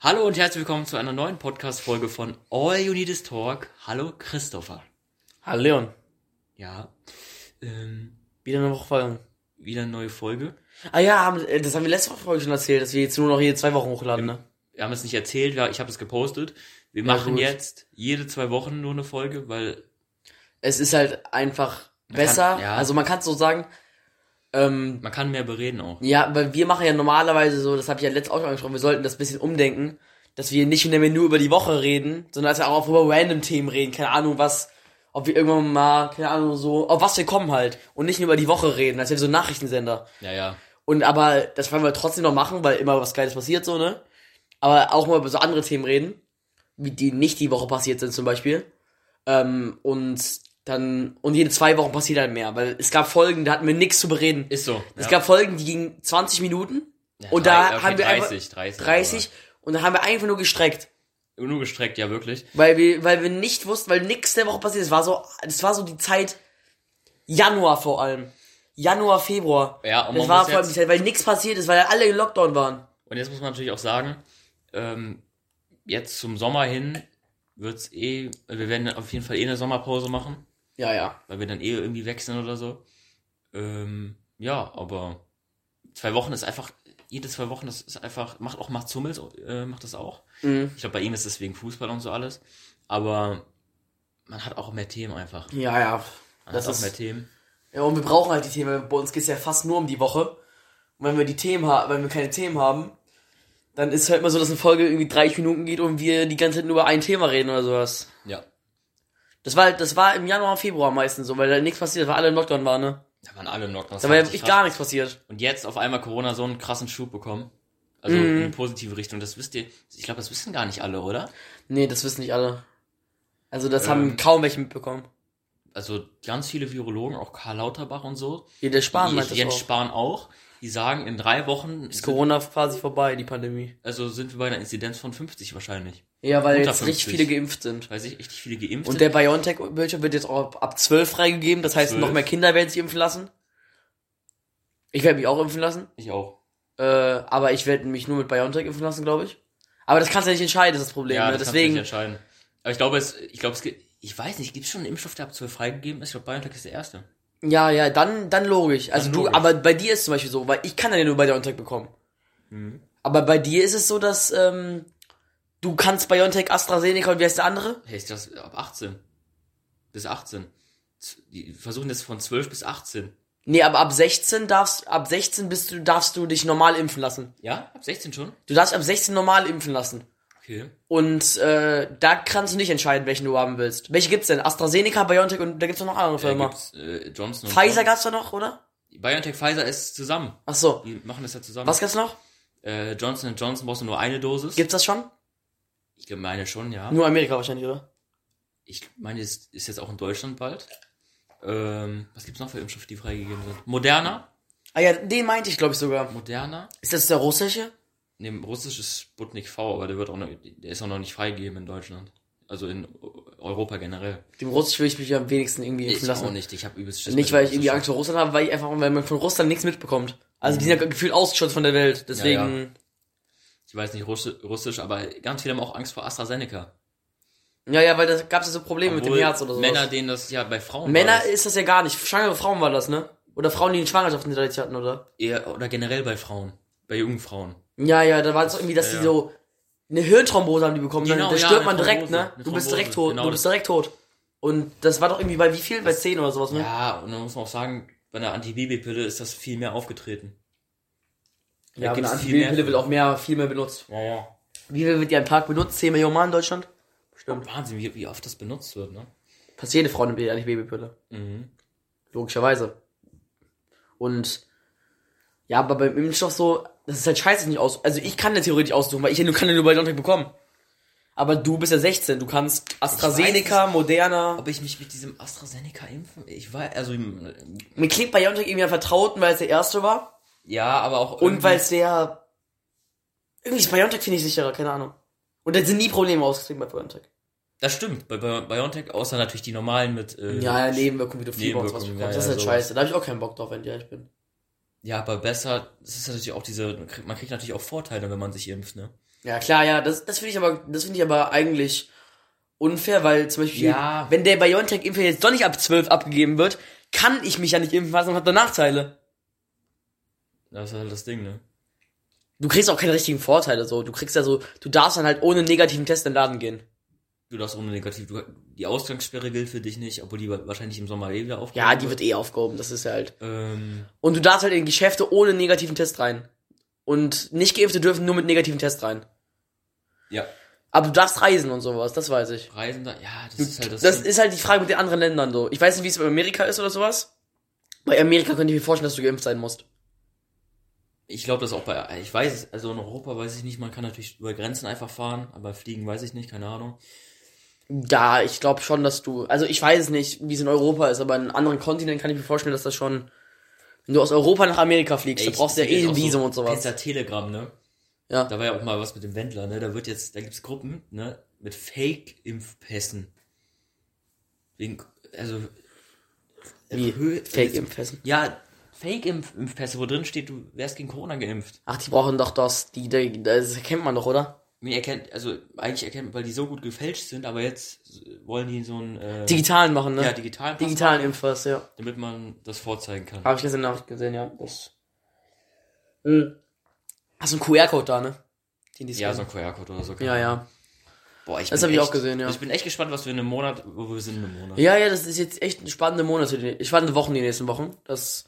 Hallo und herzlich willkommen zu einer neuen Podcast-Folge von All You Need Is Talk. Hallo Christopher. Hallo Ah, Leon, Ja, ähm, wieder eine Woche vergangen. wieder eine neue Folge. Ah ja, haben- äh, das haben wir letzte Folge schon erzählt, dass wir jetzt nur noch jede zwei Wochen hochladen, ne? Wir haben es nicht erzählt, ja, ich habe es gepostet. Wir Ja, machen gut. jetzt jede zwei Wochen nur eine Folge, weil Es ist halt einfach Man besser. kann- ja. Also man kann so sagen, ähm, man kann mehr bereden auch. ja, weil wir machen ja normalerweise so, das habe ich ja letztes auch schon angesprochen, wir sollten das ein bisschen umdenken, dass wir nicht mehr nur über die Woche reden, sondern dass wir auch über random Themen reden, keine Ahnung was, ob wir irgendwann mal, keine Ahnung so, auf was wir kommen halt und nicht nur über die Woche reden, als wären wir so ein Nachrichtensender. Ja, ja. Und aber das wollen wir trotzdem noch machen, weil immer was Geiles passiert, so, ne? Aber auch mal über so andere Themen reden, wie die nicht die Woche passiert sind zum Beispiel. Ähm, und dann, und jede zwei Wochen passiert dann mehr, weil es gab Folgen, da hatten wir nichts zu bereden. Ist so. Es ja. gab Folgen, die gingen 20 Minuten, Ja, und drei- da okay, haben wir 30, einfach- 30, 30, und dann haben wir einfach nur gestreckt, aber Nur gestreckt, ja wirklich. weil wir, weil wir nicht wussten, weil nichts der Woche passiert ist. Es war so, das war so die Zeit Januar vor allem. Januar, Februar. Ja, und das man war muss vor allem jetzt- die Zeit, weil nichts passiert ist, weil alle im Lockdown waren. Und jetzt muss man natürlich auch sagen, ähm, jetzt zum Sommer hin wird's eh, wir werden auf jeden Fall eh eine Sommerpause machen. Ja, ja. weil wir dann eh irgendwie wechseln oder so. Ähm, ja, aber zwei Wochen ist einfach, jede zwei Wochen das ist einfach, macht auch Mats Hummels, äh, macht das auch. Mhm. Ich glaube, bei ihm ist es wegen Fußball und so alles. Aber man hat auch mehr Themen einfach. Ja, ja. Man Das hat auch mehr ist, Themen. ja, und wir brauchen halt die Themen. Bei uns geht's ja fast nur um die Woche. Und wenn wir die Themen haben, wenn wir keine Themen haben, dann ist halt immer so, dass eine Folge irgendwie 30 Minuten geht und wir die ganze Zeit nur über ein Thema reden oder sowas. Ja. Das war halt, das war im Januar, Februar meistens so, weil da nichts passiert, weil alle im Lockdown waren, ne? Da waren alle im Lockdown. Da war ja wirklich gar nichts passiert. Und jetzt auf einmal Corona so einen krassen Schub bekommen. Mhm. Also in eine positive Richtung. Das wisst ihr, ich glaube, das wissen gar nicht alle, oder? Nee, das wissen nicht alle. Also das Ähm. haben kaum welche mitbekommen. Also ganz viele Virologen, auch Karl Lauterbach und so, Hier, der Spahn die, meint das Jens auch. Spahn auch, die sagen, in drei Wochen Ist Corona quasi vorbei, die Pandemie. Also sind wir bei einer Inzidenz von 50 wahrscheinlich. Ja, weil Unter jetzt richtig 50. viele geimpft sind. Weil sich richtig viele geimpft Und der BioNTech-Bildschirm wird jetzt auch ab- ab 12 freigegeben. Das heißt, 12. noch mehr Kinder werden sich impfen lassen. Ich werde mich auch impfen lassen. Ich auch. Äh, aber ich werde mich nur mit BioNTech impfen lassen, glaube ich. Aber das kannst du ja nicht entscheiden, das ist das Problem. Ja, ne? das deswegen. Nicht Deswegen, entscheiden. Aber ich glaube, es, ich glaube, es gibt, ich weiß nicht, gibt es schon einen Impfstoff, der ab 12 freigegeben ist? Ich glaube, BioNTech ist der erste. ja, ja, dann, dann logisch. Also du, logisch. aber bei dir ist zum Beispiel so, weil ich kann ja nur BioNTech bekommen. Mhm. Aber bei dir ist es so, dass, ähm, du kannst BioNTech, AstraZeneca und wie heißt der andere? Hey, ist das ab 18? Bis 18. Z- Die versuchen das von 12 bis 18. Nee, aber ab 16 darfst, ab 16 bist du, darfst du dich normal impfen lassen. Ja? Ab 16 schon? Du darfst ab 16 normal impfen lassen. Okay. Und äh, da kannst du nicht entscheiden, welchen du haben willst. Welche gibt's denn? AstraZeneca, BioNTech und da gibt's doch noch andere Da Firma. gibt's, äh, Johnson und Pfizer Johnson. gab's da noch, oder? BioNTech, Pfizer ist zusammen. Ach so. Die machen das ja zusammen. Was gab's noch? Äh, Johnson Johnson brauchst du nur eine Dosis. Gibt's das schon? Ich meine schon, ja. Nur Amerika wahrscheinlich, oder? ich meine, es ist jetzt auch in Deutschland bald. Ähm, was gibt's noch für Impfstoffe, die freigegeben sind? Moderna. Ah ja, den meinte ich, glaube ich, sogar. Moderna. Ist das der russische? Neben russisch ist Sputnik V, aber der wird auch noch, der ist auch noch nicht freigegeben in Deutschland. Also in Europa generell. Dem russischen will ich mich am wenigsten irgendwie impfen Ich lassen. auch nicht. nicht. Also Ich habe übelst Schiss. bei weil dem ich irgendwie Russischen. Angst vor Russland habe, weil ich einfach, weil man von Russland nichts mitbekommt. Also die Mhm. sind ja gefühlt ausgeschottet von der Welt. Deswegen. Ich weiß nicht Russi russisch, aber ganz viele haben auch Angst vor AstraZeneca. Ja, ja, weil da gab's ja so Probleme mit dem Obwohl Herz oder so. Männer, denen das ja bei Frauen. war Männer das ist das ja gar nicht. Schwangere Frauen war das, ne? Oder Frauen, die in Schwangerschaften hinter hatten, oder? eher, oder generell bei Frauen, bei jungen Frauen. Ja, ja, da war es irgendwie, dass Ja, die ja. so eine Hirnthrombose haben die bekommen. Genau, dann das ja, stirbt eine man direkt, Thrombose, ne? eine Du bist Thrombose, direkt tot. genau du das- bist direkt tot. Und das war doch irgendwie bei wie viel? Bei 10 oder sowas, ne? Ja, und dann muss man auch sagen, bei einer Antibabypille ist das viel mehr aufgetreten. Ja, aber gibt's eine viel mehr Antibabypille für. wird auch mehr, viel mehr benutzt. Ja, ja. Wie viel wird die am Tag benutzt? 10 Millionen Mal in Deutschland? Bestimmt. Wahnsinn, wie, wie oft das benutzt wird, ne? Fast jede Frau nimmt die Antibabypille. Logischerweise. Und ja, aber beim Impfstoff so, das ist halt scheiße nicht aus. Also ich kann ja theoretisch aussuchen, weil ich ja nur kann ja nur Biontech bekommen. Aber du bist ja 16, du kannst AstraZeneca, Moderna. Ob ich mich mit diesem AstraZeneca impfen? Ich war, also, ähm, Mir klingt Biontech irgendwie am vertrauten, weil es der erste war. ja, aber auch. Und weil es der. Irgendwie ist Biontech, finde ich, sicherer, keine Ahnung. Und da sind nie Probleme ausgetreten bei Biontech. Das stimmt, bei Bio- BioNTech, außer natürlich die normalen mit. Äh, Ja, ja, Nebenwirkungen, wie du Fieber und sowas Nebenwirkungen, bekommst. ja, das ist ja, halt sowas. scheiße. Da habe ich auch keinen Bock drauf, wenn ich ehrlich bin. Ja, aber besser, es ist natürlich auch diese, man kriegt natürlich auch Vorteile, wenn man sich impft, ne? Ja, klar, ja, das, das finde ich aber, das finde ich aber eigentlich unfair, weil zum Beispiel, Ja. wenn der BioNTech-Impfstoff jetzt doch nicht ab 12 abgegeben wird, kann ich mich ja nicht impfen lassen und habe da Nachteile. Das ist halt das Ding, ne? Du kriegst auch keine richtigen Vorteile, so. Du kriegst ja so, du darfst dann halt ohne negativen Test in den Laden gehen. Du darfst ohne negativ. Du, die Ausgangssperre gilt für dich nicht, obwohl die wa- wahrscheinlich im Sommer eh wieder aufgeht. Ja, die wird eh aufgehoben, das ist ja halt. Ähm, Und du darfst halt in Geschäfte ohne negativen Test rein. Und nicht Geimpfte dürfen nur mit negativen Test rein. ja. Aber du darfst reisen und sowas, das weiß ich. Reisender, ja, das ist halt das. Das Ding. ist halt die Frage mit den anderen Ländern so. Ich weiß nicht, wie es bei Amerika ist oder sowas. Bei Amerika könnte ich mir vorstellen, dass du geimpft sein musst. ich glaube, das auch bei. Ich weiß es, also in Europa weiß ich nicht, man kann natürlich über Grenzen einfach fahren, aber fliegen weiß ich nicht, keine Ahnung. Ja, ich glaube schon, dass du. Also ich weiß nicht, wie es in Europa ist, aber in anderen Kontinenten kann ich mir vorstellen, dass das schon. Wenn du aus Europa nach Amerika fliegst, dann brauchst du ja eh ein Visum und sowas. Dieser Telegram, ne? Ja. Da war ja auch mal was mit dem Wendler, ne? Da wird jetzt, da gibt's Gruppen, ne? Mit Fake-Impfpässen. Wegen, also. Wie? Erhö- Fake-Impfessen. Ja, Fake-Impfpässe, wo drin steht, du wärst gegen Corona geimpft. Ach, die brauchen doch das, die, die, das kennt man doch, oder? Man erkennt, also eigentlich erkennt man, weil die so gut gefälscht sind, aber jetzt wollen die so einen äh, Digitalen machen, ne? ja, digitalen Pass, Digitalen Impfers, ja. damit man das vorzeigen kann. Habe ich gestern Nachricht gesehen, ja. Das. Mhm. Hast du einen QR-Code da, ne? Den die Ja, so scannen. ein QR-Code oder so. keine ja, Ahnung. ja. Boah, ich Das bin hab ich auch echt- gesehen, ja. Ich bin echt gespannt, was wir in einem Monat, wo wir sind in einem Monat. Ja, ja, das ist jetzt echt spannende Monate, die- spannende Wochen die nächsten Wochen. Das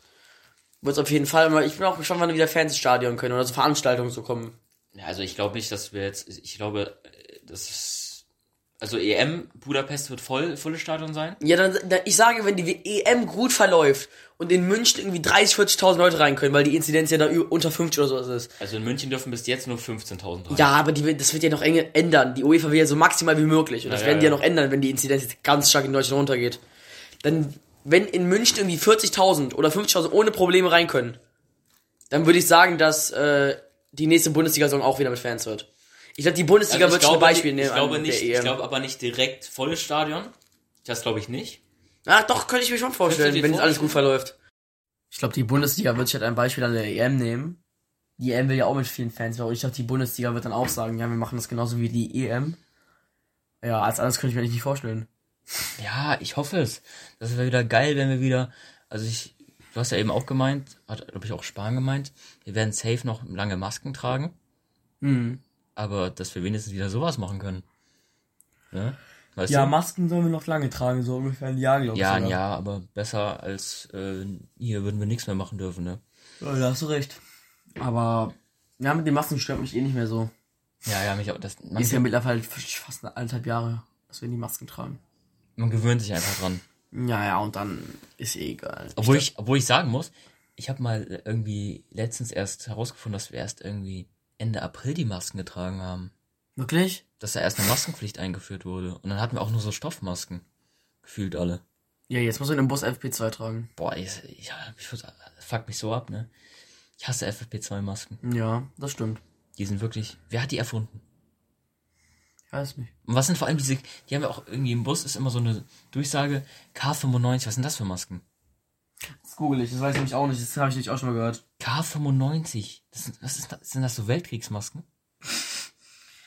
wird's auf jeden Fall. Aber ich bin auch gespannt, wann wieder Fans ins Stadion können oder so Veranstaltungen so kommen. Ja, Also ich glaube nicht, dass wir jetzt, ich glaube, äh, das ist, also EM Budapest wird voll, volles Stadion sein. Ja, dann, dann ich sage, wenn die EM gut verläuft und in München irgendwie 30, 40.000 Leute rein können, weil die Inzidenz ja da ü- unter 50 oder sowas ist. Also in München dürfen bis jetzt nur 15.000 rein. Ja, aber die, wird- das wird ja noch enge- ändern. Die UEFA will ja so maximal wie möglich. Und das Ja, werden die ja, ja ja. noch ändern, wenn die Inzidenz jetzt ganz stark in Deutschland runtergeht. Dann, wenn in München irgendwie 40.000 oder 50.000 ohne Probleme rein können, dann würde ich sagen, dass äh, die nächste Bundesliga-Saison auch wieder mit Fans wird. Ich glaube, die Bundesliga Also wird schon ein Beispiel nicht, nehmen. ich glaube an nicht, der E ich EM. glaube aber nicht direkt volles Stadion. Das glaube ich nicht. Ah, doch, könnte ich mir schon vorstellen, Könntest du dir wenn es alles vorstellen? gut verläuft. Ich glaube, die Bundesliga wird sich halt ein Beispiel an der EM nehmen. Die EM will ja auch mit vielen Fans, aber ich glaube, die Bundesliga wird dann auch sagen, ja, wir machen das genauso wie die EM. Ja, als anderes könnte ich mir eigentlich nicht vorstellen. Ja, ich hoffe es. Das wäre wieder geil, wenn wir wieder, also ich, du hast ja eben auch gemeint, hat, glaube ich, auch Spahn gemeint, wir werden safe noch lange Masken tragen. Mhm. aber dass wir wenigstens wieder sowas machen können. Ne? Weißt Ja, du? Masken sollen wir noch lange tragen, so ungefähr ein Jahr, glaube ich. ja, ein sogar. Jahr, aber besser als äh, hier würden wir nichts mehr machen dürfen, ne? Ja, Oh, da hast du recht. Aber, ja, mit den Masken stört mich eh nicht mehr so. Ja, ja, mich auch. Das, man, Ist ja mittlerweile fast eineinhalb Jahre, dass wir die Masken tragen. man gewöhnt sich einfach dran. Ja, ja, und dann ist eh egal. Obwohl ich, obwohl ich sagen muss, ich habe mal irgendwie letztens erst herausgefunden, dass wir erst irgendwie Ende April die Masken getragen haben. Wirklich? Dass da erst eine Maskenpflicht eingeführt wurde. Und dann hatten wir auch nur so Stoffmasken. Gefühlt alle. Ja, jetzt muss man im Bus FP2 tragen. Boah, ich, ich, ich fuck mich so ab, ne? Ich hasse FFP2-Masken. Ja, das stimmt. Die sind wirklich. Wer hat die erfunden? Ich weiß nicht. Und was sind vor allem diese, die haben ja auch irgendwie im Bus ist immer so eine Durchsage, K95, was sind das für Masken? Das google ich, das weiß ich nämlich auch nicht, das habe ich nicht auch schon mal gehört. K95, das sind, was ist das, sind das so Weltkriegsmasken?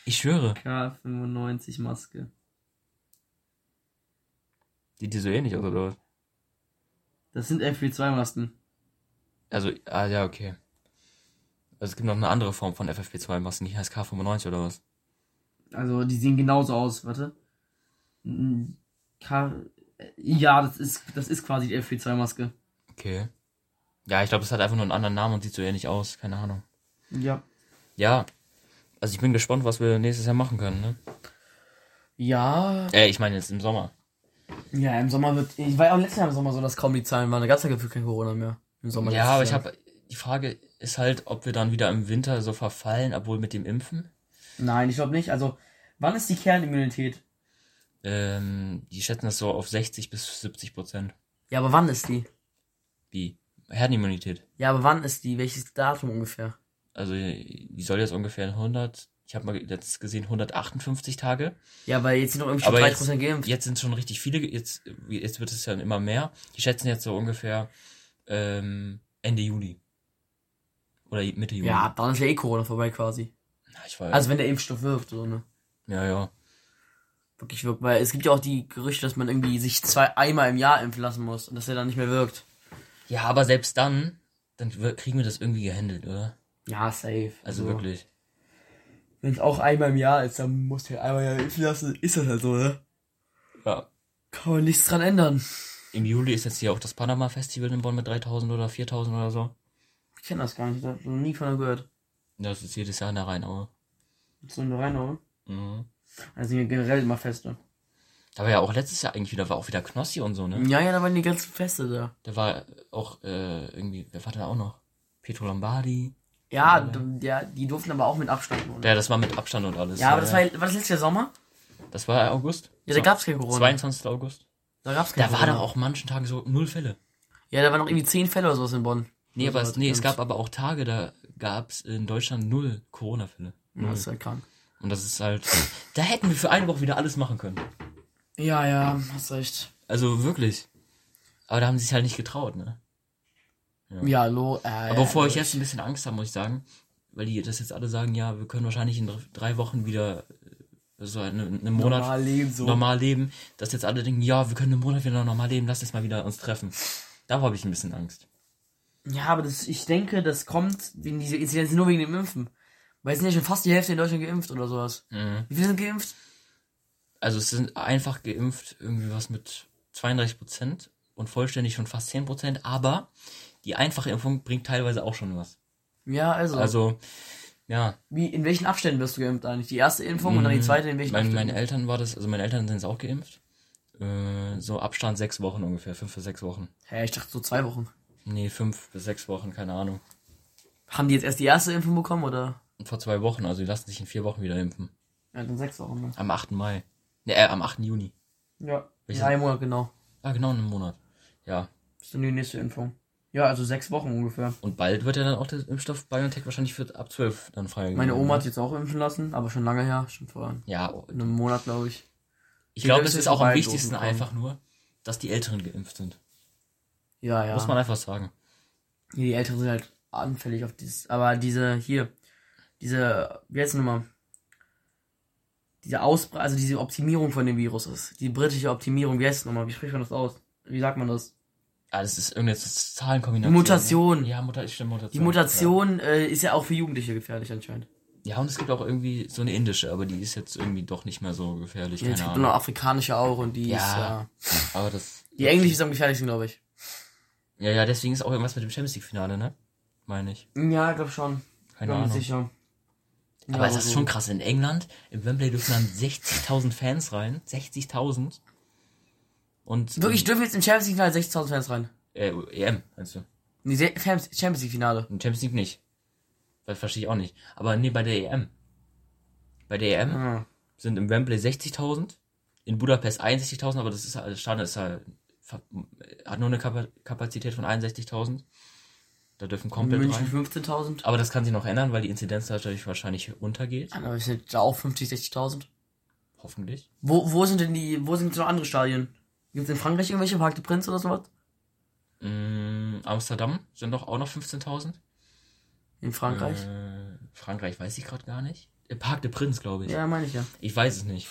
Ich schwöre, K95 Maske. die, die so ähnlich aus, oder was? Das sind FP2 Masken. Also, ah ja, okay. Also es gibt noch eine andere Form von FFP2-Masken, die heißt K95 oder was? Also, die sehen genauso aus, warte. Mm, K ja, das ist, das ist quasi die FP2 Maske. Okay. Ja, ich glaube, es hat einfach nur einen anderen Namen und sieht so ähnlich aus, keine Ahnung. Ja. Ja, also ich bin gespannt, was wir nächstes Jahr machen können, ne? Ja. Äh, ich meine jetzt im Sommer. Ja, im Sommer wird, ich war ja auch letztes Jahr im Sommer so, dass kaum die Zahlen waren, da gab es ja gefühlt kein Corona mehr. Im Sommer Ja, aber ich letztes Jahr. habe die Frage ist halt, ob wir dann wieder im Winter so verfallen, obwohl mit dem Impfen. Nein, ich glaube nicht, also, wann ist die Kernimmunität? Ähm, die schätzen das so auf 60 bis 70 Prozent. Ja, aber wann ist die? Wie? Herdenimmunität. Ja, aber wann ist die? Welches Datum ungefähr? Also die soll jetzt ungefähr 100. Ich habe mal letztes gesehen 158 Tage. Ja, weil jetzt sind noch irgendwie schon Aber 3% jetzt- geimpft. Jetzt sind schon richtig viele. ge- Jetzt jetzt wird es dann immer mehr. Die schätzen jetzt so ungefähr ähm, Ende Juli oder Mitte Juni. Ja, ab dann ist ja eh Corona vorbei quasi. Na, ich weiß. Also wenn der Impfstoff wirkt, so, ne? ja, ja. Wirklich wirkt. Weil es gibt ja auch die Gerüchte, dass man irgendwie sich zwei einmal im Jahr impfen lassen muss und dass der dann nicht mehr wirkt. Ja, aber selbst dann, dann wir- kriegen wir das irgendwie gehandelt, oder? Ja, safe. Also wirklich. Wenn es auch einmal im Jahr ist, dann muss der einmal im Jahr impfen lassen, ist das halt so, ne? Ja. Kann man nichts dran ändern. Im Juli ist jetzt hier auch das Panama-Festival in Bonn mit 3000 oder 4000 oder so. Ich kenne das gar nicht, ich habe noch nie von der gehört. Das ist jedes Jahr in der Rheinaue. So in Rheinau. Mhm. Also sind ja generell immer Feste. Da war ja auch letztes Jahr eigentlich wieder, war auch wieder Knossi und so, ne? Ja, ja, da waren die ganzen Feste da. Da war auch äh, irgendwie, wer war da auch noch? Pietro Lombardi. Ja, d- ja, die durften aber auch mit Abstand. wohnen. Ja, das war mit Abstand und alles. Ja, aber das war, war das letztes Jahr Sommer? Das war August. Ja, da gab's kein Corona. 22. August. Da gab's kein Da war da auch manchen Tagen so null Fälle. Ja, da waren noch irgendwie zehn Fälle oder sowas in Bonn. Also, Nee, Oder aber es, sowas. nee, es gab aber auch Tage, da gab's in Deutschland null Corona-Fälle. Ja, Das ist halt krank. Und das ist halt. Da hätten wir für eine Woche wieder alles machen können. Ja, ja, hast recht. Also wirklich. Aber da haben sie sich halt nicht getraut, ne? Ja, lo, äh, Aber bevor ich jetzt ein bisschen Angst habe, muss ich sagen, weil die das jetzt alle sagen, ja, wir können wahrscheinlich in dr- drei Wochen wieder äh, so eine, einen Monat normal, normal leben leben, so. dass jetzt alle denken, ja, wir können einen Monat wieder normal leben, lass jetzt mal wieder uns treffen. Da habe ich ein bisschen Angst. Ja, aber das, ich denke, das kommt wegen dieser Inzidenz nur wegen dem Impfen. Weil es sind ja schon fast die Hälfte in Deutschland geimpft oder sowas. Mhm. Wie viele sind geimpft? Also es sind einfach geimpft irgendwie was mit 32 Prozent und vollständig schon fast 10 Prozent, aber die einfache Impfung bringt teilweise auch schon was. Ja, also. Also, ja, Wie, in welchen Abständen wirst du geimpft eigentlich? Die erste Impfung und dann die zweite in welchen Mhm. Mein, Abständen? meine Eltern war das, also meine Eltern sind jetzt auch geimpft. Äh, so Abstand sechs Wochen ungefähr, fünf bis sechs Wochen. Hä, ich dachte so zwei Wochen. Nee, fünf bis sechs Wochen, keine Ahnung. Haben die jetzt erst die erste Impfung bekommen oder? Und vor zwei Wochen, also die lassen sich in vier Wochen wieder impfen. Ja, dann sechs Wochen, ne? Am 8. Mai. Nee, äh, am 8. Juni. Ja. Ich- Drei Monate genau. Ja, genau in einem Monat. Ja. Ist dann die nächste Impfung. Ja, also sechs Wochen ungefähr. Und bald wird ja dann auch der Impfstoff BioNTech wahrscheinlich für ab 12 dann freigegeben. Meine Oma hat ne? jetzt auch impfen lassen, aber schon lange her, schon vor Ja, oh, einem Monat, glaube ich. ich glaube, Leute es ist sind auch am vorbei, wichtigsten Dosen einfach nur, dass die Älteren geimpft sind. Ja, ja. Muss man einfach sagen. Ja, die Älteren sind halt anfällig auf dieses. Aber diese hier, diese, wie heißt die nochmal? Diese Ausbreitung, also diese Optimierung von dem Virus ist. Die britische Optimierung, wie heißt es nochmal? Wie spricht man das aus? Wie sagt man das? Ah, das ist irgendeine Zahlenkombination. Die Mutation. Ne? Ja, Muta stimmt, Mutation. Die Ja. Mutation äh, ist ja auch für Jugendliche gefährlich anscheinend. Ja, und es gibt auch irgendwie so eine indische, aber die ist jetzt irgendwie doch nicht mehr so gefährlich. Ja, Keine es gibt nur noch Ahnung. afrikanische auch und die ist Ja, ja. aber das. Die englische ist am gefährlichsten, glaube ich. Ja, ja, deswegen ist auch irgendwas mit dem Champions League-Finale, ne? Meine ich. Ja, ich glaube schon. Keine Ahnung. sicher. Aber es ist schon krass. In England, im Wembley dürfen dann 60.000 Fans rein. 60.000. Und. Wirklich, dürfen jetzt im Champions League-Finale 60.000 Fans rein? Äh, EM, meinst du? Nee, Se- Champions Champions League-Finale. Im Champions League nicht. Das verstehe ich auch nicht. Aber nee, bei der EM. Bei der EM Ah. sind im Wembley 60.000, in Budapest 61.000, aber das ist halt, das Stadion ist halt, ver- hat nur eine Kapa- Kapazität von 61.000. Da dürfen komplett München rein. 15.000. Aber das kann sich noch ändern, weil die Inzidenz natürlich wahrscheinlich runtergeht. Aber es sind da auch 50, 60.000. Hoffentlich. Wo, wo sind denn die, wo sind so andere Stadien? Gibt es in Frankreich irgendwelche Parc de Prince oder sowas? Mm, Amsterdam sind doch auch noch 15.000. In Frankreich? Äh, Frankreich weiß ich gerade gar nicht. Äh, Parc de Prince, glaube ich. Ja, meine ich ja. Ich weiß es nicht.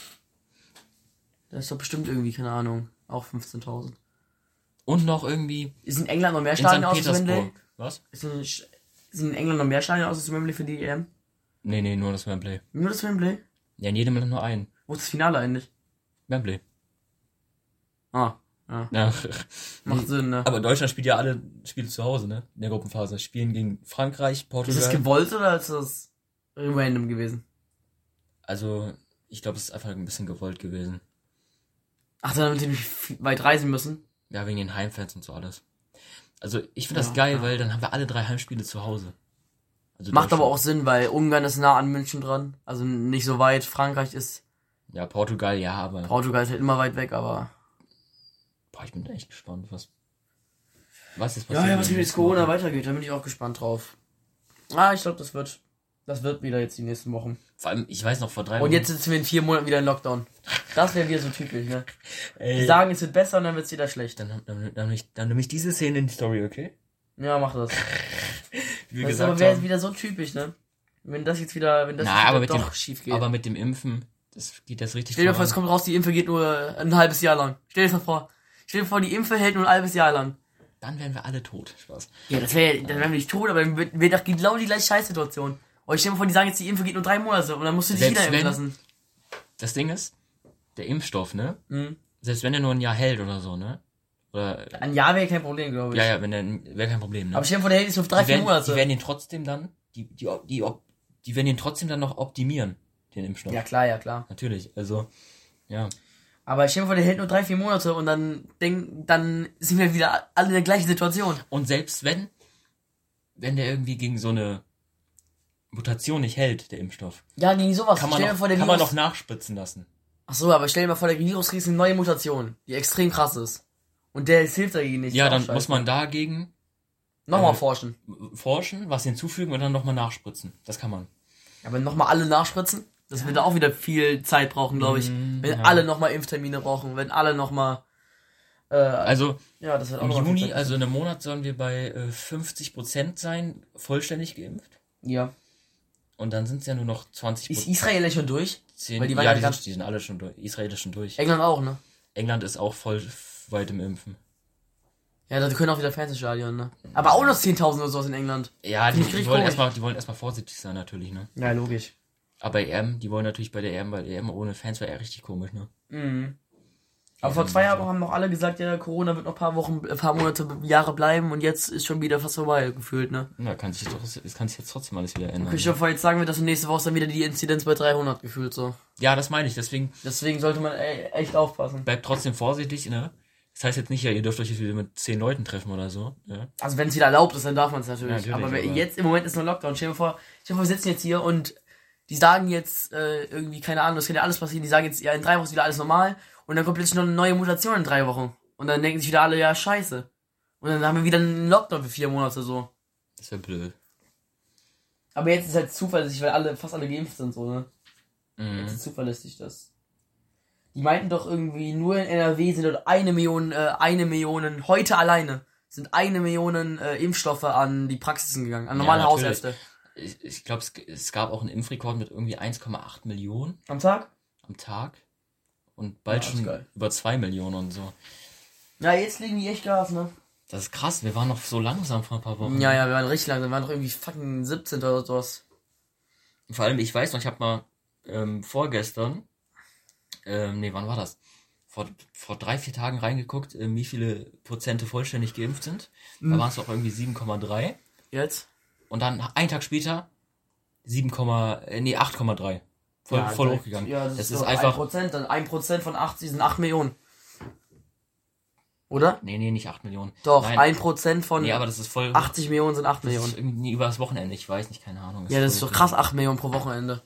Da ist doch bestimmt irgendwie, keine Ahnung, auch 15.000. Und noch irgendwie Ist in England noch mehr in St. Stadien aus als Wembley? Petersburg. Was? Ist in, Sch- sind in England noch mehr Stadien aus als Wembley für die EM? Nee, nee, nur das Wembley. Nur das Wembley? Ja, in jedem Land nur einen. Wo ist das Finale eigentlich? Wembley. Ah, ja. Ja. Macht Sinn, ne? Aber Deutschland spielt ja alle Spiele zu Hause, ne? In der Gruppenphase. Spielen gegen Frankreich, Ist das Portugal. gewollt oder ist das random gewesen? Also, ich glaube, es ist einfach ein bisschen gewollt gewesen. Ach, damit die nicht f- weit reisen müssen? Ja, wegen den Heimfans und so alles. Also, ich finde das Ja, geil, ja. weil dann haben wir alle drei Heimspiele zu Hause. Also Macht aber Deutschland- auch Sinn, weil Ungarn ist nah an München dran. Also nicht so weit. Frankreich ist, Ja, Portugal, ja, aber. Portugal ist halt immer weit weg, aber... Boah, ich bin echt gespannt, was. Was ist Ja, passiert? ja, was mit jetzt Corona weitergeht, da bin ich auch gespannt drauf. Ah, ich glaube, das wird, das wird wieder jetzt die nächsten Wochen. Vor allem, ich weiß noch, vor drei Und jetzt sitzen wir in vier Monaten wieder in Lockdown. Das wäre wieder so typisch, ne? Die Ey, dann, sagen, es wird besser und dann wird's wieder schlecht. dann, dann, dann, ich, dann nehme ich diese Szene in die Story, okay? Ja, mach das. Wie wir Das gesagt wäre haben. wieder so typisch, ne? Wenn das jetzt wieder, wenn das Na, jetzt aber wieder mit doch dem- schief geht. Aber mit dem Impfen, das geht das richtig Stell dir vor, es voran. kommt raus, die Impfe geht nur ein halbes Jahr lang. Stell dir das mal vor. Stell dir vor, die Impfe hält nur ein halbes Jahr lang. Dann wären wir alle tot. Spaß. Ja, das wäre, dann wären wir nicht tot, aber dann wird- wäre doch genau die gleiche Scheißsituation. Und ich stell mir vor, die sagen jetzt, die Impfe geht nur drei Monate und dann musst du dich Selbst wieder impfen wenn- lassen. Das Ding ist, der Impfstoff, ne? Mhm. Selbst wenn der nur ein Jahr hält oder so, ne? Oder, Ein Jahr wäre kein Problem, glaube ich. ja, ja, wenn der, wäre kein Problem, ne? Aber stell dir vor, der hält jetzt nur drei, die vier werden, Monate. Die werden den trotzdem dann, die, die, die, op- die werden den trotzdem dann noch optimieren, den Impfstoff. ja, klar, ja, klar. Natürlich, also, ja. Aber stell dir vor, der hält nur drei, vier Monate und dann denk, dann sind wir wieder alle in der gleichen Situation. Und selbst wenn, wenn der irgendwie gegen so eine Mutation nicht hält, der Impfstoff, Ja, gegen sowas. kann man, stell dir noch, vor, der kann man Virus. noch nachspritzen lassen. Ach so, aber stell dir mal vor, der Virus kriegt eine neue Mutation, die extrem krass ist. Und der es hilft dagegen nicht. Ja, Ist auch dann scheiße. muss man dagegen Nochmal äh, forschen. forschen, was hinzufügen und dann nochmal nachspritzen. Das kann man. Aber nochmal alle nachspritzen, das wird auch wieder viel Zeit brauchen, glaube ich. Mm, wenn ja. alle nochmal Impftermine brauchen, wenn alle nochmal. Äh, Also ja, das wird auch im noch mal viel Juni, Zeit- also in einem Monat, sollen wir bei äh, 50% sein, vollständig geimpft. Ja. Und dann sind es ja nur noch 20%. Ist Israel eigentlich schon durch? Zehn, Weil die waren ja, ja die, ganz- sind, die sind alle schon durch. Israel ist schon durch. England auch, ne? England ist auch voll f- weit im Impfen. Ja, da können auch wieder Fernsehstadion, ne? Aber auch noch 10.000 oder sowas in England. Ja, die, Finde ich die, richtig wollen komisch. erstmal, die wollen erstmal vorsichtig sein natürlich, ne? Ja, logisch. Aber bei EM, die wollen natürlich bei der EM, weil EM ohne Fans wäre ja richtig komisch, ne? Mhm. Aber vor also zwei Jahren haben noch alle gesagt, ja, Corona wird noch ein paar Wochen, ein paar Monate, Jahre bleiben und jetzt ist schon wieder fast vorbei gefühlt, ne? Na, kann sich doch, es kann sich jetzt trotzdem alles wieder ändern. ne? Ich hoffe, jetzt sagen wir, dass nächste Woche ist dann wieder die Inzidenz bei 300 gefühlt so. Ja, das meine ich, deswegen Deswegen sollte man ey, echt aufpassen. bleibt trotzdem vorsichtig, ne? Das heißt jetzt nicht, ja, ihr dürft euch jetzt wieder mit zehn Leuten treffen oder so, ne? Also wenn es wieder erlaubt ist, dann darf man es natürlich. Ja, natürlich, aber, wenn- aber- jetzt im Moment ist noch Lockdown. Stell dir vor, stell dir vor, wir sitzen jetzt hier und die sagen jetzt äh, irgendwie, keine Ahnung, das kann ja alles passieren. Die sagen jetzt, ja, in drei Wochen ist wieder alles normal und dann kommt plötzlich noch eine neue Mutation in drei Wochen. Und dann denken sich wieder alle, ja, scheiße. Und dann haben wir wieder einen Lockdown für vier Monate so. Das wäre blöd. Aber jetzt ist halt zuverlässig, weil alle, fast alle geimpft sind, so, ne? Jetzt Mhm. ist zuverlässig das. Die meinten doch irgendwie, nur in NRW sind dort eine Million, äh, eine Million, heute alleine, sind eine Million äh, Impfstoffe an die Praxisen gegangen, an normale natürlich. Hausärzte. Ich, ich glaube, es, es gab auch einen Impfrekord mit irgendwie 1,8 Millionen Am Tag? am Tag. Und bald Ja, ist schon geil. über 2 Millionen und so. Ja, jetzt liegen die echt Gas, ne? Das ist krass, wir waren noch so langsam vor ein paar Wochen. Ja, ja, wir waren richtig langsam, wir waren doch irgendwie fucking 17 oder sowas. Vor allem, ich weiß noch, ich habe mal ähm, vorgestern, ähm, nee, wann war das? Vor, vor drei, vier Tagen reingeguckt, ähm, wie viele Prozente vollständig geimpft sind. Da Mhm. waren es auch irgendwie 7,3. Jetzt? Und dann einen Tag später 7, äh, nee, 8,3. Voll, Ja, voll direkt. hochgegangen. Ja, das, ist, doch einfach. 1%, dann 1% von 80 sind 8 Millionen. Oder? Nee, nee, nicht 8 Millionen. Doch, Nein, 1% von Nee, aber das ist voll. 80 Millionen sind 8 das Millionen. ist irgendwie über das Wochenende, ich weiß nicht, keine Ahnung. Ja, das ist doch krass, 8 Millionen pro Wochenende.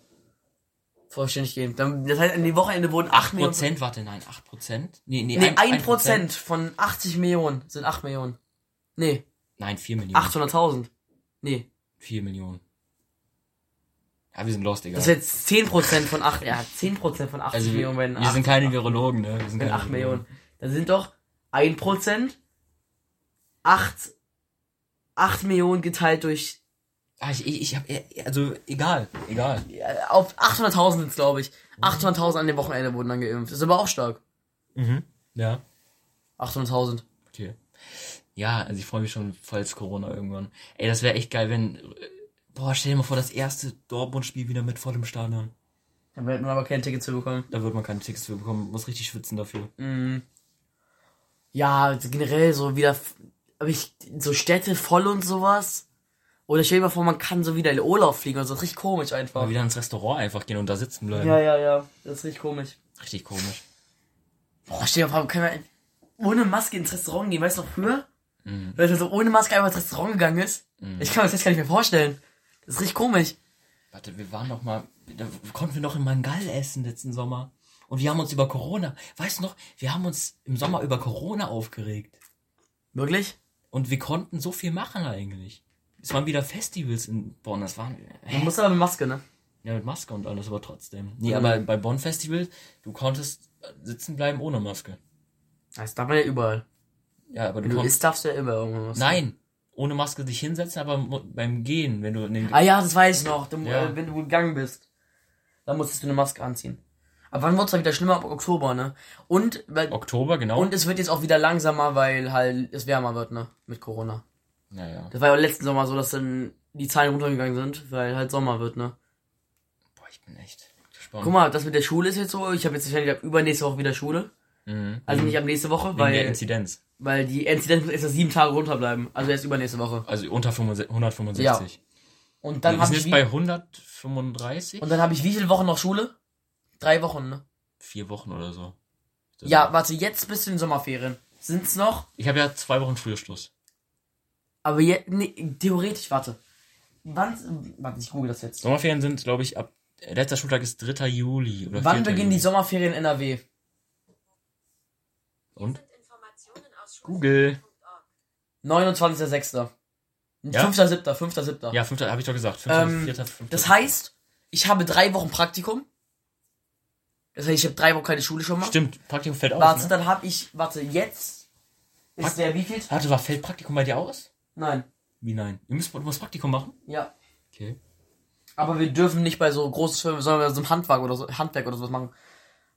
Vollständig gehen. Dann, das heißt, an dem Wochenende wurden 8 Millionen. Prozent, warte, nein, 8 Prozent? Nee, nee, Nee, ein- 1 ein Prozent. Prozent von 80 Millionen sind 8 Millionen. Nee, Nein, 4 Millionen. 800.000. Nee, 4 Millionen. Ja, wir sind lost, egal. das ist jetzt 10 Prozent von 8, ja, 10 Prozent von 80 also wir, Millionen werden wir 8, sind keine Virologen, ne? Wir sind wenn keine 8 Millionen. Dann sind doch 1 Prozent 8, 8 Millionen geteilt durch, Ah, ich, ich, ich hab, eh- also egal, egal. äh, auf 800.000 sind's, glaube ich. 800.000 an dem Wochenende wurden dann geimpft. Ist aber auch stark. Ja. 800.000. Okay. Ja, also ich freue mich schon, falls Corona irgendwann. Ey, das wäre echt geil, wenn. äh, Boah, stell dir mal vor, das erste Dortmund-Spiel wieder mit vollem Stadion. Dann hätten wir aber kein Ticket zu bekommen. Da wird man keine Tickets für bekommen, muss richtig schwitzen dafür. Ja, also generell so wieder, aber ich, so Städte voll und sowas. Oder stell dir mal vor, man kann so wieder in den Urlaub fliegen und so. Das ist richtig komisch Mal einfach. wieder ins Restaurant einfach gehen und da sitzen bleiben. Ja, ja, ja. Das ist richtig komisch. Richtig komisch. Boah, stell dir mal vor, können wir ohne Maske ins Restaurant gehen. Weißt du noch früher? Weil man so ohne Maske einfach ins Restaurant gegangen ist. Ich kann mir das jetzt gar nicht mehr vorstellen. Das ist richtig komisch. Warte, wir waren noch mal, da konnten wir noch in Mangal essen letzten Sommer. Und wir haben uns über Corona, weißt du noch, wir haben uns im Sommer über Corona aufgeregt. Wirklich? Und wir konnten so viel machen eigentlich. Es waren wieder Festivals in Bonn, das waren, Du musst aber eine Maske, ne? ja, mit Maske und alles, aber trotzdem. Nee, Mhm. aber bei Bonn Festival, du konntest sitzen bleiben ohne Maske. Das darf man ja überall. Ja, aber du Wenn du konntest, isst, darfst du ja immer irgendwas. nein! ohne Maske dich hinsetzen, aber mo- beim Gehen, wenn du in den Ah ja, das weiß ich noch, du, Ja. äh, wenn du gegangen bist. Dann musstest du eine Maske anziehen. Aber wann wird's dann wieder schlimmer? Ab Oktober, ne? Und, weil, Oktober, genau. und es wird jetzt auch wieder langsamer, weil halt es wärmer wird, ne? Mit Corona. naja. Das war ja letzten Sommer so, dass dann die Zahlen runtergegangen sind, weil halt Sommer wird, ne? Boah, ich bin echt gespannt. Guck mal, das mit der Schule ist jetzt so. Ich habe jetzt wahrscheinlich ab übernächste Woche wieder Schule. Mhm. Also nicht ab nächste Woche, Wegen der weil, Inzidenz. weil die Inzidenz muss erst noch sieben Tage runterbleiben. Also erst übernächste Woche. Also unter 65- 165. Und Dann dann wir habe sind ich, jetzt wie, bei 135? und dann hab ich wie viele Wochen noch Schule? Drei Wochen, ne? Vier Wochen oder so. Das Ja, war- warte, jetzt bis zu den Sommerferien. Sind's noch? Ich habe ja zwei Wochen früher Schluss. Aber jetzt, nee, theoretisch, warte. Wann, warte, ich google das jetzt. Sommerferien sind, glaube ich, ab. äh, Letzter Schultag ist 3. Juli oder Wann 4. beginnen die Juli. Sommerferien in NRW? Und? Informationen aus Google. schulfernsehen.org. 29.06. Ja? 5.07., 5.07. Ja, 5. habe ich doch gesagt. 5. Ähm, 4., 5. Das heißt, ich habe drei Wochen Praktikum. Das heißt, ich habe drei Wochen keine Schule schon mal. Stimmt, Praktikum fällt aus. Warte, Ne? dann habe ich, warte, jetzt Prakt- ist der wie viel? Warte, war fällt Praktikum bei dir aus? Nein, Wie nein? Du musst, du musst Praktikum machen? ja. Okay. Aber wir dürfen nicht bei so großen Firmen, sondern bei so einem Handwerk oder so, Handwerk oder sowas machen.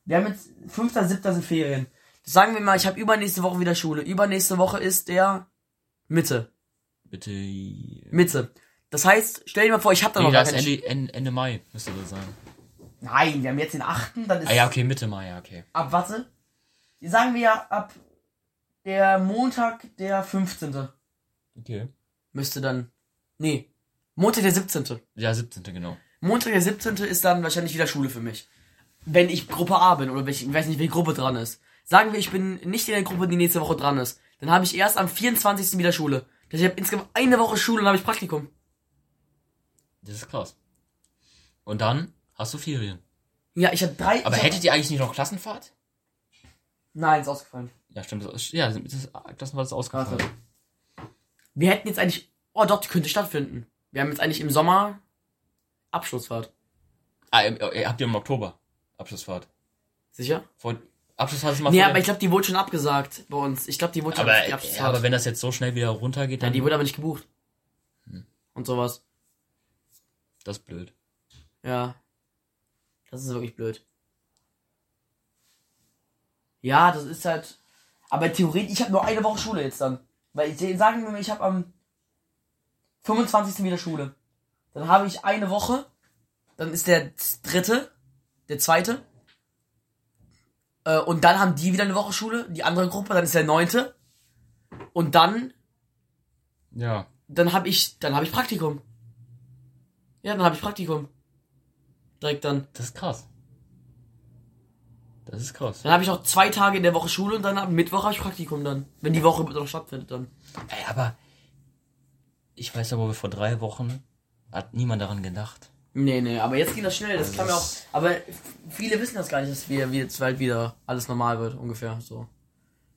Wir haben jetzt 5.7. sind Ferien. Sagen wir mal, ich habe übernächste Woche wieder Schule. Übernächste Woche ist der Mitte. Bitte. Nee, Mitte. Das heißt, stell dir mal vor, ich habe da noch da gar ist keine Schule. Ende, Ende, Ende Mai, müsste das sein. Nein, wir haben jetzt den 8., dann ist Ah ja, okay, Mitte Mai, ja, okay. ab warte. Sagen wir ja ab der Montag der 15. Okay. müsste dann nee, Montag der 17. Ja, 17. genau. Montag, der 17. ist dann wahrscheinlich wieder Schule für mich. Wenn ich Gruppe A bin oder wenn ich, ich weiß nicht, welche Gruppe dran ist. Sagen wir, ich bin nicht in der Gruppe, die nächste Woche dran ist. Dann habe ich erst am 24. wieder Schule. Das heißt, ich habe insgesamt eine Woche Schule und dann habe ich Praktikum. Das ist krass. Und dann hast du Ferien. Ja, ich habe drei. Aber ich hättet ihr eigentlich nicht noch Klassenfahrt? Nein, ist ausgefallen. Ja, stimmt. Das ist, ja, das ist, Klassenfahrt ist ausgefallen. Warte. Wir hätten jetzt eigentlich. Oh, doch, die könnte stattfinden. Wir haben jetzt eigentlich im Sommer Abschlussfahrt. Ah, im, äh, habt ihr im Oktober Abschlussfahrt? Sicher? Vor, Abschlussfahrt ist mal Nee, vor- aber ich glaube, die wurde schon abgesagt bei uns. Ich glaube, die wurde schon aber, die äh, aber wenn das jetzt so schnell wieder runtergeht, ja, dann die wurde aber nicht gebucht. Hm. Und sowas. das ist blöd. Ja. Das ist wirklich blöd. Ja, das ist halt. Aber theoretisch, ich habe nur eine Woche Schule jetzt dann. Weil ich sagen wir mal, ich habe am 25. wieder Schule. Dann habe ich eine Woche. Dann ist der dritte, der zweite. Äh, und dann haben die wieder eine Woche Schule, die andere Gruppe, dann ist der neunte. Und dann, Ja. dann habe ich, dann habe ich Praktikum. Ja, dann habe ich Praktikum. Direkt dann. Das ist krass. Das ist krass. Dann habe ich noch zwei Tage in der Woche Schule und dann am Mittwoch habe ich Praktikum dann. Wenn die Woche noch stattfindet dann. Ey, aber ich weiß aber, vor drei Wochen hat niemand daran gedacht. Nee, nee, aber jetzt ging das schnell. Das Also kam ja auch. das- Aber viele wissen das gar nicht, dass wir, wir jetzt bald wieder alles normal wird, ungefähr so.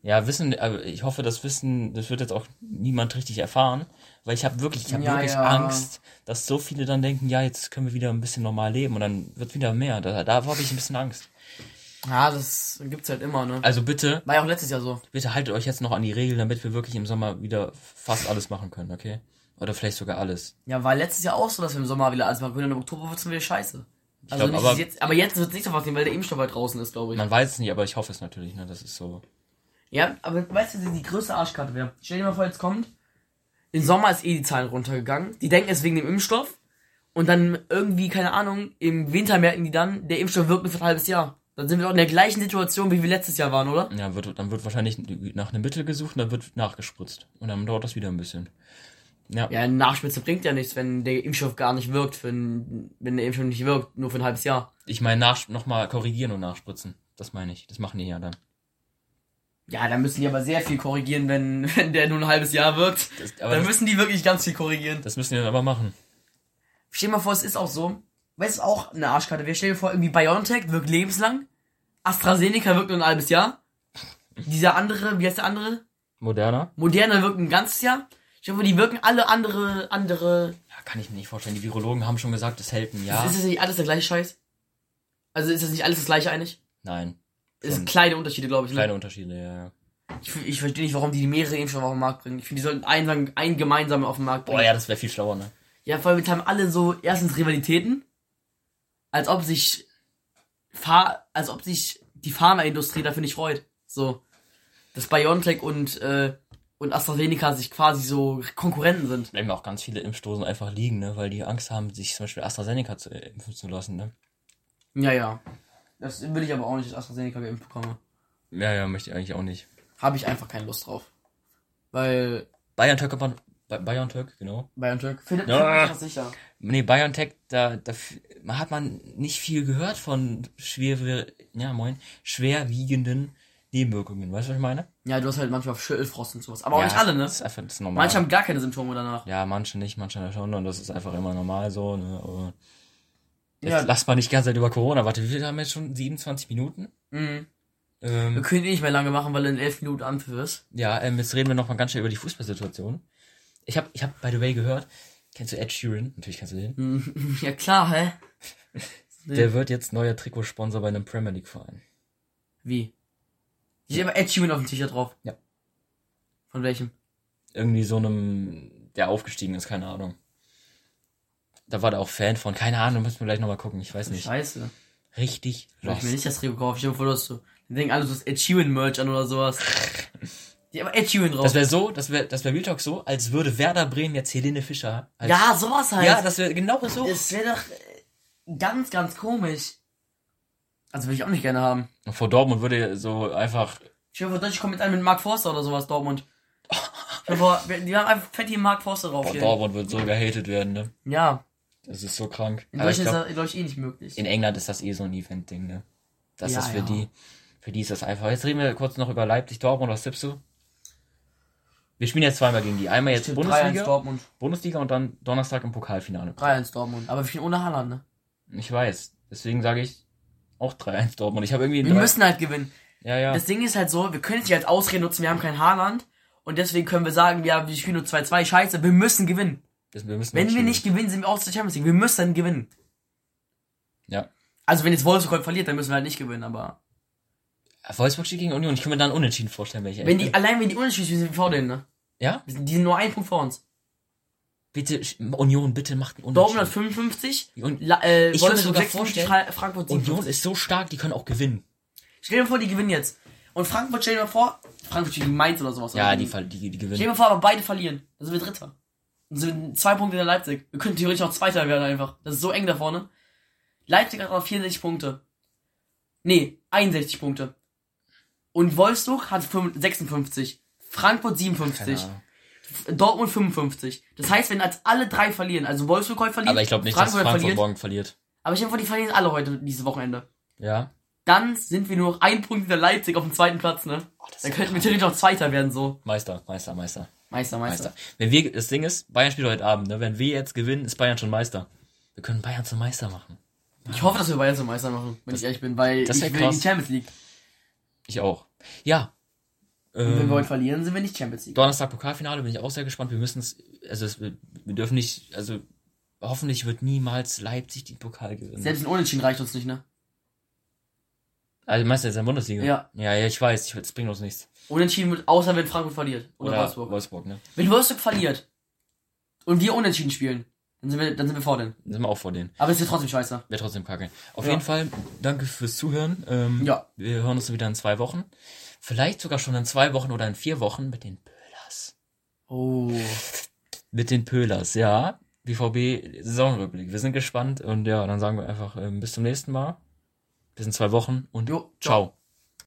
Ja, wissen, aber ich hoffe, das Wissen, das wird jetzt auch niemand richtig erfahren, weil ich habe wirklich, ich habe Ja, wirklich ja. Angst, dass so viele dann denken, ja, jetzt können wir wieder ein bisschen normal leben und dann wird wieder mehr. Da, da habe ich ein bisschen Angst. Ja, das gibt's halt immer, ne? Also bitte, War ja auch letztes Jahr so. bitte haltet euch jetzt noch an die Regeln, damit wir wirklich im Sommer wieder fast alles machen können, okay? Oder vielleicht sogar alles. Ja, war letztes Jahr auch so, dass wir im Sommer wieder alles machen können. und Im Oktober wird's dann wieder scheiße. Also glaub, nicht, aber- aber, jetzt, aber jetzt wird's nicht so passieren, weil der Impfstoff halt draußen ist, glaube ich. Man weiß es nicht, aber ich hoffe es natürlich, ne? Das ist so. Ja, aber weißt du, was die größte Arschkarte wäre? Stell dir mal vor, jetzt kommt, im Sommer ist eh die Zahlen runtergegangen. Die denken es wegen dem Impfstoff. Und dann irgendwie, keine Ahnung, im Winter merken die dann, der Impfstoff wirkt nur für ein halbes Jahr. Dann sind wir doch in der gleichen Situation, wie wir letztes Jahr waren, oder? Ja, wird, dann wird wahrscheinlich nach einem Mittel gesucht und dann wird nachgespritzt. Und dann dauert das wieder ein bisschen. Ja, Ja, eine Nachspitze bringt ja nichts, wenn der Impfstoff gar nicht wirkt, für ein, wenn der Impfstoff nicht wirkt, nur für ein halbes Jahr. ich meine, nach, nochmal korrigieren und nachspritzen. Das meine ich. Das machen die ja dann. Ja, dann müssen die aber sehr viel korrigieren, wenn, wenn der nur ein halbes Jahr wirkt. Das, aber Dann das, müssen die wirklich ganz viel korrigieren. das müssen die dann aber machen. Stell dir mal vor, es ist auch so. Weißt du, auch eine Arschkarte. Wir stellen dir vor, irgendwie BioNTech wirkt lebenslang. AstraZeneca wirkt nur ein halbes Jahr. Dieser andere, wie heißt der andere? Moderner? Moderna wirkt ein ganzes Jahr. Ich hoffe, die wirken alle andere, andere. Ja, kann ich mir nicht vorstellen. Die Virologen haben schon gesagt, es hält ein Jahr. Ist das nicht alles der gleiche Scheiß? Also ist das nicht alles das gleiche eigentlich? Nein. Es Schon. sind kleine Unterschiede, glaube ich. Ne? Kleine Unterschiede, ja. ja. Ich, ich verstehe nicht, warum die mehrere Impfstoffe auf den Markt bringen. Ich finde, die sollten einen, einen gemeinsamen auf den Markt bringen. Boah, ja, das wäre viel schlauer, ne? Ja, vor allem jetzt haben alle so erstens Rivalitäten, als ob sich Pha als ob sich die Pharmaindustrie dafür nicht freut. So, dass BioNTech und äh, und AstraZeneca sich quasi so Konkurrenten sind. Bleiben auch ganz viele Impfdosen einfach liegen, ne? Weil die Angst haben, sich zum Beispiel AstraZeneca zu, äh, impfen zu lassen, ne? Ja, ja. Das will ich aber auch nicht, dass AstraZeneca geimpft bekomme. Ja, ja, möchte ich eigentlich auch nicht. Habe ich einfach keine Lust drauf. Weil BioNTech, kann man- Bi- BioNTech, genau. BioNTech findet Ja. ja. mich sicher. Nee, BioNTech, da, da f- hat man nicht viel gehört von schwer, ja, moin, schwerwiegenden Nebenwirkungen. Weißt du, was ich meine? Ja, du hast halt manchmal Schüttelfrost und sowas. Aber auch ja, nicht alle, ne? Das ist einfach das ist normal. Manche haben gar keine Symptome danach. ja, manche nicht, manche schon. Und das ist einfach immer normal so. Ne? Aber jetzt Ja. lass mal nicht die ganze Zeit über Corona. Warte, wie viel haben wir jetzt schon? 27 Minuten? Mhm. Wir Ähm, können die nicht mehr lange machen, weil in elf Minuten Anpfiff ist. ja, ähm, jetzt reden wir noch mal ganz schnell über die Fußballsituation. Ich habe, ich hab, by the way, gehört, kennst du Ed Sheeran? Natürlich kennst du den. Mhm. Ja klar, hä? Der wird jetzt neuer Trikotsponsor bei einem Premier League-Verein. Wie? Ich habe Ed Sheeran auf dem T-Shirt drauf. Ja. Von welchem? irgendwie so einem, der aufgestiegen ist, keine Ahnung. Da war der auch Fan von, keine Ahnung, müssen wir gleich nochmal gucken, ich weiß nicht. Scheiße. Richtig Hab Ich mir lost. nicht das Trikot gekauft, ich habe voll Lust zu. Die denken alle, du hast Ed Sheeran Merch an oder sowas. Die haben Ed Sheeran drauf. Das wäre so, das wäre das wär Real Talk so, als würde Werder Bremen jetzt Helene Fischer. Als, ja, sowas halt. ja, das wäre genau so. das wäre doch äh, ganz, ganz komisch. Also würde ich auch nicht gerne haben. Und vor Dortmund würde so einfach. Ich hoffe, Deutsche kommen mit einem mit Mark Forster oder sowas, Dortmund. Ich hoffe, wir- die haben einfach fett hier Mark Forster drauf. Boah, hier. Dortmund wird so gehatet werden, ne? Ja, Das ist so krank. in Aber ich Deutschland glaub, ist das in Deutschland eh nicht möglich. in England ist das eh so ein Event-Ding, ne? Das Ja, ist für ja. die. Für die ist das einfach. Jetzt reden wir kurz noch über Leipzig, Dortmund, was tippst du? Wir spielen jetzt zweimal gegen die. Einmal jetzt Stimmt, 3-1 Bundesliga. Dortmund. Bundesliga und dann Donnerstag im Pokalfinale. 3-1 Dortmund. Aber wir spielen ohne Haaland, ne? Ich weiß. Deswegen sage ich auch 3-1 Dortmund. Ich habe irgendwie Wir drei- müssen halt gewinnen. Ja, ja. Das Ding ist halt so, wir können es nicht als Ausrede nutzen, wir haben kein Haaland. Und deswegen können wir sagen, wir haben die Spiele nur 2-2, scheiße, wir müssen gewinnen. Das- wir müssen Wenn wir mitspielen. nicht gewinnen, sind wir aus der Champions League. Wir müssen gewinnen. Ja. Also wenn jetzt Wolfsburg verliert, dann müssen wir halt nicht gewinnen, aber. Wolfsburg steht gegen Union. Ich kann mir da einen Unentschieden vorstellen, welche. Wenn die, allein wenn die unentschieden sind, sind wir vor denen, ne? Ja? Wir sind, die sind nur ein Punkt vor uns. Bitte, sch- Union, bitte macht einen Dortmund hat Unentschieden. 55, Und La äh, Ich kann mir Wolfsburg sogar 56, vorstellen, Fra Frankfurt Union 57. ist so stark, die können auch gewinnen. Stell dir vor, die gewinnen jetzt. Und Frankfurt, stell dir mal vor, Frankfurt spielt gegen Mainz oder sowas. Ja, oder die, gegen- ver- die, die Stell gewinnen. dir mal vor, aber beide verlieren. Dann sind wir Dritter. Dann sind wir zwei Punkte in Leipzig. Wir könnten theoretisch auch Zweiter werden einfach. Das ist so eng da vorne. Leipzig hat noch 64 Punkte. Nee, 61 Punkte. Und Wolfsburg hat fünf- 56. Frankfurt 57. Keine Ahnung. Dortmund 55. Das heißt, wenn als alle drei verlieren, also Wolfsburg heute verliert, Aber ich glaube nicht, dass Frankfurt morgen verliert. aber ich denke, die verlieren alle heute, dieses Wochenende. Ja. Dann sind wir nur noch ein Punkt hinter Leipzig auf dem zweiten Platz, ne? Oh, das Dann ist könnten wir theoretisch auch Zweiter werden, so. Meister, Meister, Meister, Meister, Meister. Meister. Wenn wir, das Ding ist, Bayern spielt heute Abend, ne? Wenn wir jetzt gewinnen, ist Bayern schon Meister. Wir können Bayern zum Meister machen. Ich hoffe, dass wir Bayern zum Meister machen, wenn ich ehrlich bin, weil das ich wär will krass. in die Champions League. Ich auch. Ja. Und wenn Ähm, wir heute verlieren, sind wir nicht Champions League. Donnerstag Pokalfinale bin ich auch sehr gespannt. Wir müssen es, also es, wir dürfen nicht, also hoffentlich wird niemals Leipzig den Pokal gewinnen. Selbst ein Unentschieden reicht uns nicht, ne? also meinst du jetzt in der Bundesliga? Ja. Ja, ja, ich weiß, ich, das bringt uns nichts. Unentschieden, wird- außer wenn Frankfurt verliert. Oder, Wolfsburg. Wolfsburg, ne? Wenn Wolfsburg verliert und wir unentschieden spielen, dann sind wir, dann sind wir vor denen. Dann sind wir auch vor denen. Aber es wird trotzdem scheiße. Wäre trotzdem kacke. Auf Ja. jeden Fall, danke fürs Zuhören. Ähm, Ja. Wir hören uns wieder in zwei Wochen. Vielleicht sogar schon in zwei Wochen oder in vier Wochen mit den Pölers. Oh. Mit den Pölers, ja. BVB Saisonrückblick. Wir sind gespannt und ja, dann sagen wir einfach ähm, bis zum nächsten Mal. Bis in zwei Wochen und Jo, ciao. ciao.